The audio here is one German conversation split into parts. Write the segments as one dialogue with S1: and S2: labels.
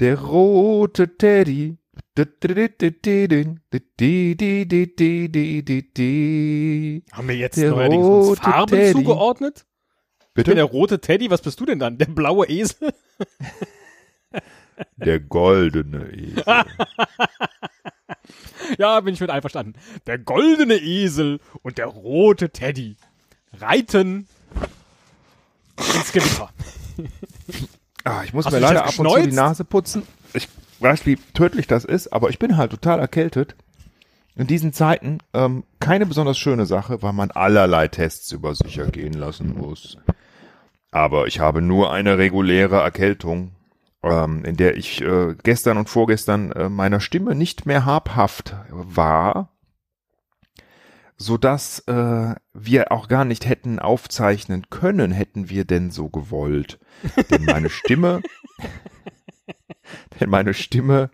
S1: Der rote Teddy. Der
S2: Haben wir jetzt
S1: Der
S2: neuerdings uns
S1: rote
S2: Farben
S1: Teddy.
S2: zugeordnet? Ich bin der rote Teddy, was bist du denn dann? Der blaue Esel?
S1: goldene Esel.
S2: Ja, bin ich mit einverstanden. Der goldene Esel und der rote Teddy reiten ins Gewitter.
S1: Ah, ich muss
S2: Hast
S1: mir
S2: du dich
S1: leider ab
S2: jetzt
S1: und zu die
S2: geschneuzt?
S1: Nase putzen. Ich weiß, wie tödlich das ist, aber ich bin halt total erkältet. In diesen Zeiten ähm, keine besonders schöne Sache, weil man allerlei Tests über sich ergehen lassen muss. Aber ich habe nur eine reguläre Erkältung, ähm, in der ich äh, gestern und vorgestern äh, meiner Stimme nicht mehr habhaft war, sodass äh, wir auch gar nicht hätten aufzeichnen können, hätten wir denn so gewollt denn meine Stimme, denn meine Stimme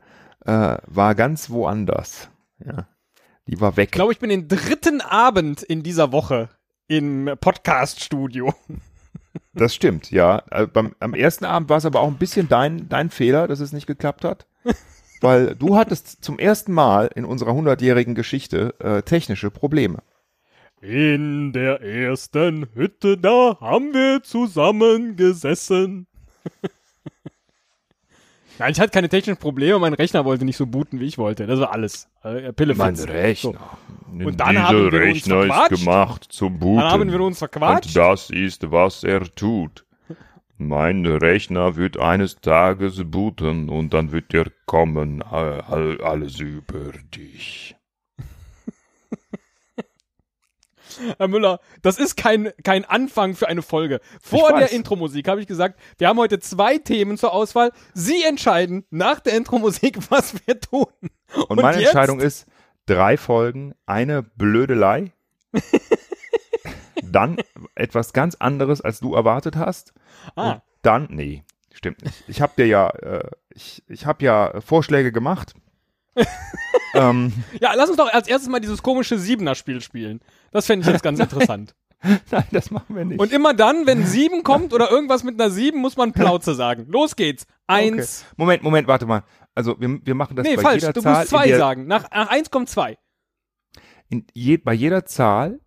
S1: äh, war ganz woanders. Ja. Die war weg.
S2: Ich glaube, ich bin den dritten Abend in dieser Woche im Podcast-Studio.
S1: Das stimmt, ja. Äh, beim, am ersten Abend war es aber auch ein bisschen dein, dein Fehler, dass es nicht geklappt hat. Weil du hattest zum ersten Mal in unserer hundertjährigen Geschichte äh, technische Probleme.
S2: In der ersten Hütte, da haben wir zusammen gesessen. Nein, ich hatte keine technischen Probleme, mein Rechner wollte nicht so booten, wie ich wollte. Das war alles. Äh, Pillefinz. So. Und dann Dieser haben wir uns Rechner ist verquatscht.
S1: gemacht zum Booten.
S2: Dann haben wir uns verquatscht.
S1: das ist, was er tut. Mein Rechner wird eines Tages booten und dann wird er kommen, alles über dich.
S2: Herr Müller, das ist kein, kein Anfang für eine Folge. Vor
S1: Ich weiß.
S2: der Intro-Musik habe ich gesagt, wir haben heute zwei Themen zur Auswahl. Sie entscheiden nach der Intro-Musik, was wir tun.
S1: Und, meine
S2: jetzt?
S1: Entscheidung ist, drei Folgen, eine Blödelei, dann etwas ganz anderes, als du erwartet hast,
S2: Ah,
S1: und dann, nee, stimmt nicht. Ich habe dir ja, äh, ich, ich habe ja Vorschläge gemacht. ähm,
S2: ja, lass uns doch als erstes mal dieses komische Siebener-Spiel spielen. Das fände ich jetzt ganz interessant.
S1: nein, das machen wir nicht.
S2: Und immer dann, wenn Sieben kommt oder irgendwas mit einer Sieben, muss man Plauze sagen. Los geht's. Eins.
S1: Okay. Moment, Moment, warte mal. Also wir, wir machen das
S2: Nee,
S1: bei
S2: falsch.
S1: jeder
S2: Du
S1: Zahl.
S2: musst zwei
S1: in der,
S2: sagen. Nach, nach eins kommt zwei.
S1: In je, bei jeder Zahl,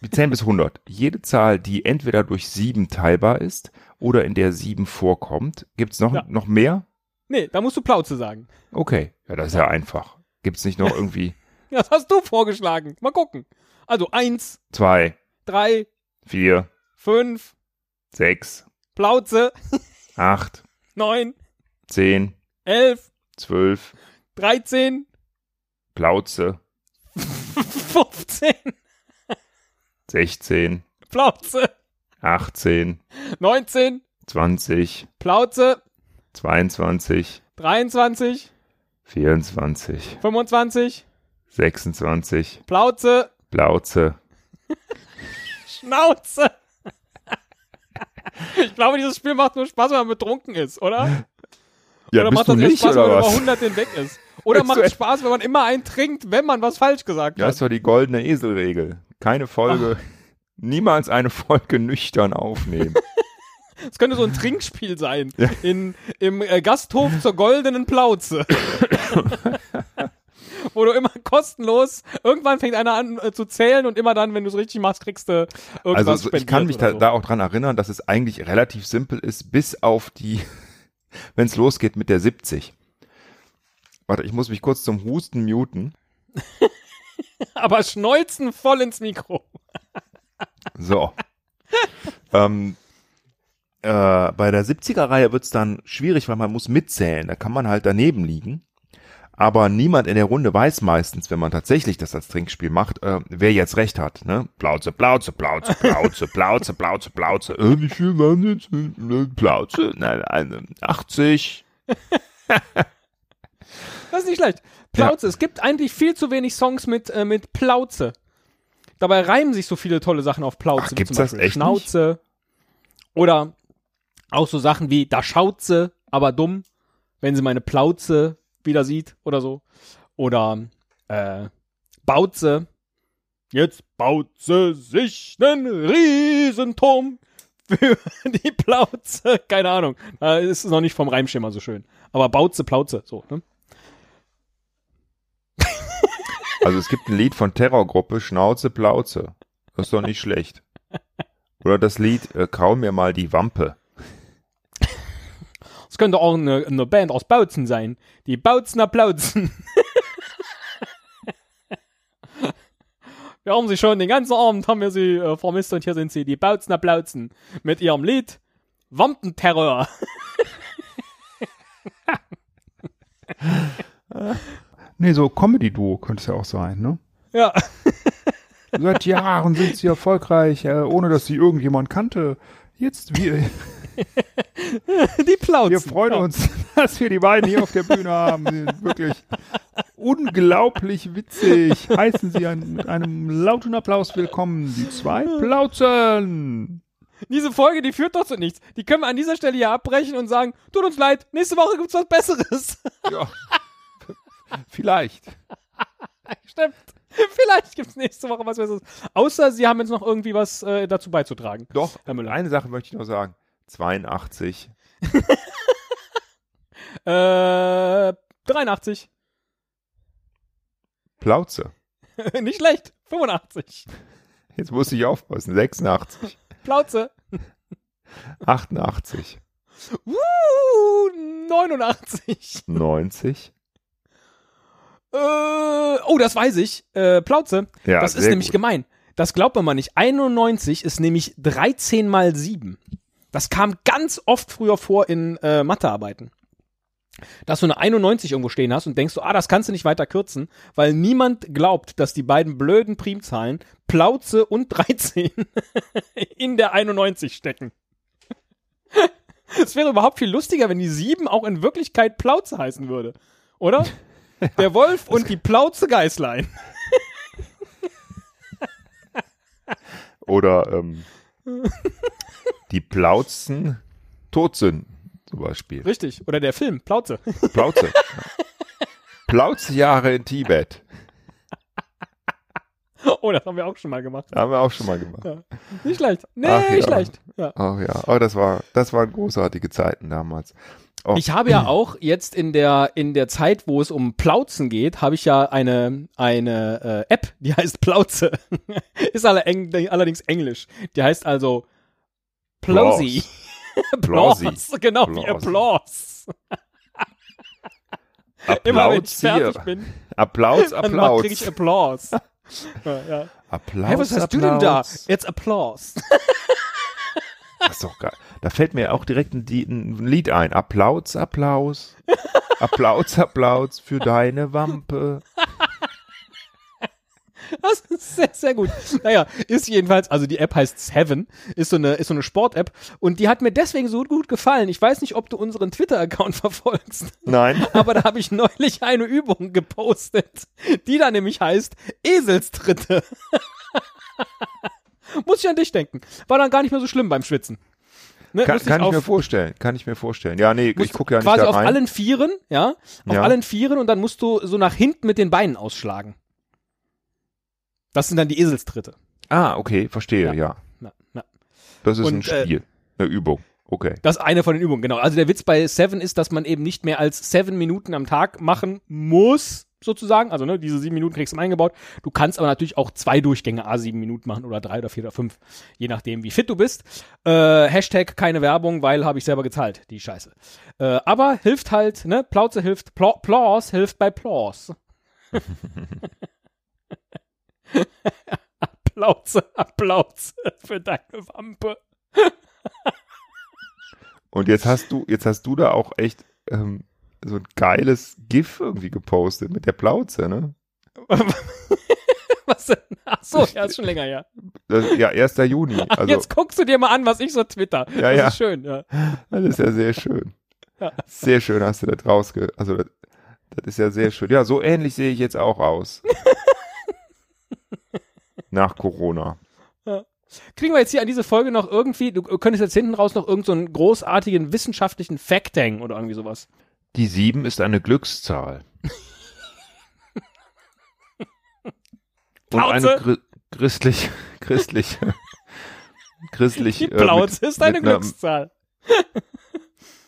S1: wir zählen bis 100, jede Zahl, die entweder durch 7 teilbar ist oder in der 7 vorkommt, gibt es noch,
S2: Ja.
S1: noch mehr?
S2: Nee, da musst du Plauze sagen.
S1: Okay, ja, das ist ja einfach. Gibt es nicht noch irgendwie
S2: Ja, Das hast du vorgeschlagen. Mal gucken. Also eins,
S1: 2,
S2: drei,
S1: 4,
S2: fünf,
S1: 6,
S2: Plauze,
S1: 8,
S2: 9,
S1: 10,
S2: 11,
S1: 12,
S2: 13,
S1: Plauze,
S2: 15,
S1: 16,
S2: Plauze,
S1: 18,
S2: 19,
S1: 20,
S2: Plauze,
S1: 22,
S2: 23,
S1: 24,
S2: 25,
S1: 26,
S2: Plauze,
S1: Plauze,
S2: Schnauze. Ich glaube, dieses Spiel macht nur Spaß, wenn man betrunken ist, oder?
S1: Ja,
S2: oder
S1: bist
S2: macht
S1: du
S2: das erst
S1: nicht,
S2: Spaß, wenn
S1: oder
S2: man über
S1: was?
S2: 100 hinweg ist? Oder
S1: Bist du
S2: macht es
S1: echt-
S2: Spaß, wenn man immer einen trinkt, wenn man was falsch gesagt
S1: Ja,
S2: hat?
S1: ist doch die goldene Eselregel. Keine Folge,
S2: Ah.
S1: niemals eine Folge nüchtern aufnehmen.
S2: Es könnte so ein Trinkspiel sein. In, Im äh, Gasthof zur goldenen Plauze. Wo du immer kostenlos, irgendwann fängt einer an äh, zu zählen und immer dann, wenn du es richtig machst, kriegst du irgendwas
S1: also so, ich
S2: spendiert
S1: kann mich
S2: oder
S1: da,
S2: so.
S1: da auch dran erinnern, dass es eigentlich relativ simpel ist, bis auf die, wenn es losgeht mit der 70. Warte, ich muss mich kurz zum Husten muten.
S2: Aber schneuzen voll ins Mikro.
S1: So. ähm, äh, bei der 70er-Reihe wird's dann schwierig, weil man muss mitzählen. Da kann man halt daneben liegen. Aber niemand in der Runde weiß meistens, wenn man tatsächlich das als Trinkspiel macht, äh, wer jetzt recht hat. Ne? Plauze, Plauze, Plauze, Plauze, Plauze, Plauze, Plauze. Äh, wie viel waren jetzt? Ne, Äh, Plauze, nein, nein, 80.
S2: Das ist nicht leicht. Plauze. Es gibt eigentlich viel zu wenig Songs mit, äh, mit Plauze. Dabei reimen sich so viele tolle Sachen auf Plauze.
S1: Ach,
S2: wie
S1: gibt's
S2: zum
S1: das
S2: Beispiel
S1: echt
S2: Schnauze. Oder auch so Sachen wie, da schaut sie, aber dumm, wenn sie meine Plauze wieder sieht oder so. Oder äh, baut sie. Jetzt baut sie sich einen Riesenturm für die Plauze. Keine Ahnung. Äh, ist noch nicht vom Reimschema so schön. Aber Bautze, Plauze, so. Ne?
S1: Also es gibt ein Lied von Terrorgruppe, Schnauze, Plauze. Das ist doch nicht schlecht. Oder das Lied, äh, kau mir mal die Wampe.
S2: Es könnte auch eine, eine Band aus Bautzen sein. Die Bautzener Plauzen. wir haben sie schon den ganzen Abend haben wir sie äh, vermisst und hier sind sie, die Bautzener Plauzen. Mit ihrem Lied Wampenterror.
S3: Nee, so Comedy-Duo könnte es ja auch sein, ne?
S2: Ja,
S3: Seit Jahren sind sie erfolgreich, äh, ohne dass sie irgendjemand kannte. Jetzt, wir,
S2: die Plauzen.
S3: wir freuen
S2: Ja.
S3: uns, dass wir die beiden hier auf der Bühne haben. Sie sind wirklich unglaublich witzig. Heißen sie ein, mit einem lauten Applaus willkommen, die zwei Plauzen.
S2: Diese Folge, die führt doch zu nichts. Die können wir an dieser Stelle hier abbrechen und sagen, tut uns leid, nächste Woche gibt's was Besseres.
S3: Ja, vielleicht.
S2: Stimmt. Vielleicht gibt's nächste Woche was Besseres. Außer Sie haben jetzt noch irgendwie was äh, dazu beizutragen.
S1: Doch,
S2: Herr Müller.
S1: eine Sache möchte ich noch sagen. 82.
S2: Äh, 83.
S1: Plauze.
S2: Nicht schlecht. 85.
S1: Jetzt muss ich aufpassen. 86.
S2: Plauze.
S1: 88.
S2: Uh, 89.
S1: 90.
S2: Äh, oh, das weiß ich. Äh, Plauze.
S1: Ja,
S2: das ist
S1: sehr
S2: nämlich
S1: gut.
S2: gemein. Das glaubt man mal nicht. 91 ist nämlich 13 mal 7. Das kam ganz oft früher vor in äh, Mathearbeiten. Dass du eine 91 irgendwo stehen hast und denkst so, ah, das kannst du nicht weiter kürzen, weil niemand glaubt, dass die beiden blöden Primzahlen Plauze und 13 in der 91 stecken. Es wäre überhaupt viel lustiger, wenn die 7 auch in Wirklichkeit Plauze heißen würde. Oder? Der Wolf und die Plauze Geißlein.
S1: Oder ähm, die Plauzen tot sind, zum Beispiel.
S2: Richtig. Oder der Film, Plauze.
S1: Plauze. Plauzjahre in Tibet.
S2: Oh, das haben wir auch schon mal gemacht.
S1: Haben wir auch schon mal gemacht.
S2: Nicht leicht. Nee,
S1: Ach ja.
S2: nicht leicht. Ja.
S1: Ach ja, oh, das, war, das waren großartige Zeiten damals. Oh.
S2: Ich habe ja auch jetzt in der, in der Zeit, wo es um Plauzen geht, habe ich ja eine, eine äh, App, die heißt Plauze. Ist alle eng, allerdings Englisch. Die heißt also Plausi.
S1: Plausi.
S2: Genau, wie
S1: Plausi.
S2: Applaus. Immer wenn ich
S1: Applaus hier.
S2: fertig bin,
S1: Applaus,
S2: dann
S1: Applaus.
S2: kriege ich Applaus. ja, ja.
S1: Applaus,
S2: Hey, was hast du denn da?
S1: Applaus.
S2: Jetzt Applaus.
S1: Das ist doch geil. Da fällt mir auch direkt ein, Lied- ein Lied ein. Applaus, Applaus. Applaus, Applaus für deine Wampe.
S2: Das ist sehr, sehr gut. Naja, ist jedenfalls, also die App heißt Seven, ist so eine, ist so eine Sport-App und die hat mir deswegen so gut gefallen. Ich weiß nicht, ob du unseren Twitter-Account verfolgst,
S1: Nein.
S2: aber da habe ich neulich eine Übung gepostet, die da nämlich heißt Eselstritte. Muss ich an dich denken. War dann gar nicht mehr so schlimm beim Schwitzen. Ne,
S1: Kann,
S2: musste
S1: kann ich
S2: auf-
S1: mir vorstellen. Kann ich mir vorstellen. Ja, nee, ich
S2: musst
S1: gucke ja nicht
S2: quasi
S1: da
S2: auf
S1: rein.
S2: allen Vieren, ja, auf
S1: Ja.
S2: allen Vieren und dann musst du so nach hinten mit den Beinen ausschlagen. Das sind dann die Eselstritte.
S1: ah, okay, verstehe, ja.
S2: Na, na.
S1: Das ist
S2: Und, äh,
S1: ein Spiel. eine Übung. Okay.
S2: Das ist eine von den Übungen, genau. Also der Witz bei Seven ist, dass man eben nicht mehr als Seven Minuten am Tag machen muss, sozusagen. Also ne, diese sieben Minuten kriegst du eingebaut. Du kannst aber natürlich auch zwei Durchgänge A sieben Minuten machen oder drei oder vier oder fünf, je nachdem, wie fit du bist. Äh, Hashtag keine Werbung, weil habe ich selber gezahlt, die Scheiße. Äh, aber hilft halt, ne, Plauze hilft, Pla Plaus hilft bei Plaus. Applauze, Applauze für deine Wampe.
S1: Und jetzt hast du, jetzt hast du da auch echt ähm, so ein geiles GIF irgendwie gepostet mit der Plauze, ne?
S2: Was denn? Ach so, ja, ist schon länger her.
S1: Das, ja, 1. Juni. Also,
S2: Jetzt guckst du dir mal an, was ich so twitter.
S1: Ja,
S2: das
S1: ja.
S2: ist schön, ja.
S1: das ist ja sehr schön.
S2: Ja.
S1: Sehr schön hast du da draus ge also das, Das ist ja sehr schön. Ja, so ähnlich sehe ich jetzt auch aus. Nach Corona.
S2: Kriegen wir jetzt hier an diese Folge noch irgendwie, du könntest jetzt hinten raus noch irgendeinen so einen großartigen wissenschaftlichen Fact Tank oder irgendwie sowas.
S1: Die sieben ist eine Glückszahl. Und eine
S2: Plauze.
S1: chri- christlich, christlich, christlich.
S2: Die
S1: äh,
S2: Plauze
S1: mit-
S2: ist eine Mhm.
S1: mit einer-
S2: Glückszahl.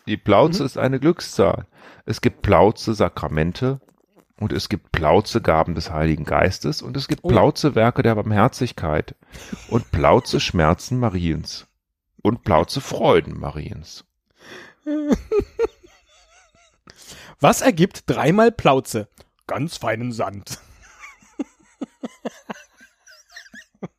S1: Die Plauze ist eine Glückszahl. Es gibt Plauze-Sakramente und es gibt Plauze-Gaben des Heiligen Geistes und es gibt
S2: Oh.
S1: Plauze-Werke der Barmherzigkeit und Plauze-Schmerzen Mariens und Plauze-Freuden Mariens.
S2: Was ergibt dreimal Plauze? Ganz feinen Sand.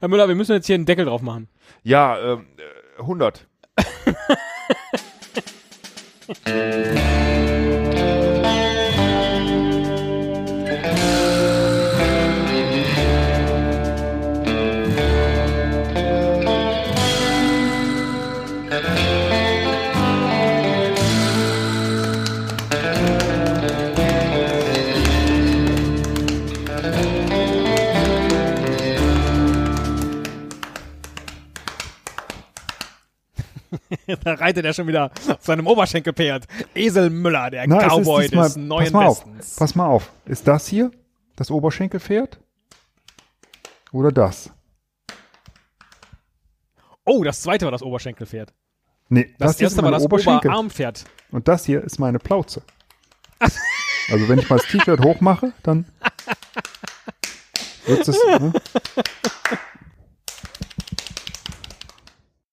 S2: Herr Müller, wir müssen jetzt hier einen Deckel drauf machen.
S1: Ja, ähm, äh, 100.
S2: Da reitet er schon wieder auf seinem Oberschenkelpferd. Esel Müller, der
S3: Na, es ist
S2: Cowboy
S3: diesmal-
S2: des Neuen
S3: pass mal
S2: Westens.
S3: Auf, pass mal auf. Ist das hier das Oberschenkelpferd? Oder das?
S2: Oh, das zweite war das Oberschenkelpferd.
S3: Nee,
S2: Das,
S3: das, hier
S2: erste
S3: ist
S2: war
S3: mein
S2: das
S3: Oberschenkel.
S2: Oberarmpferd.
S3: Und das hier ist meine Plauze. Also wenn ich mal das T-Shirt hochmache, dann wird's es. Ne?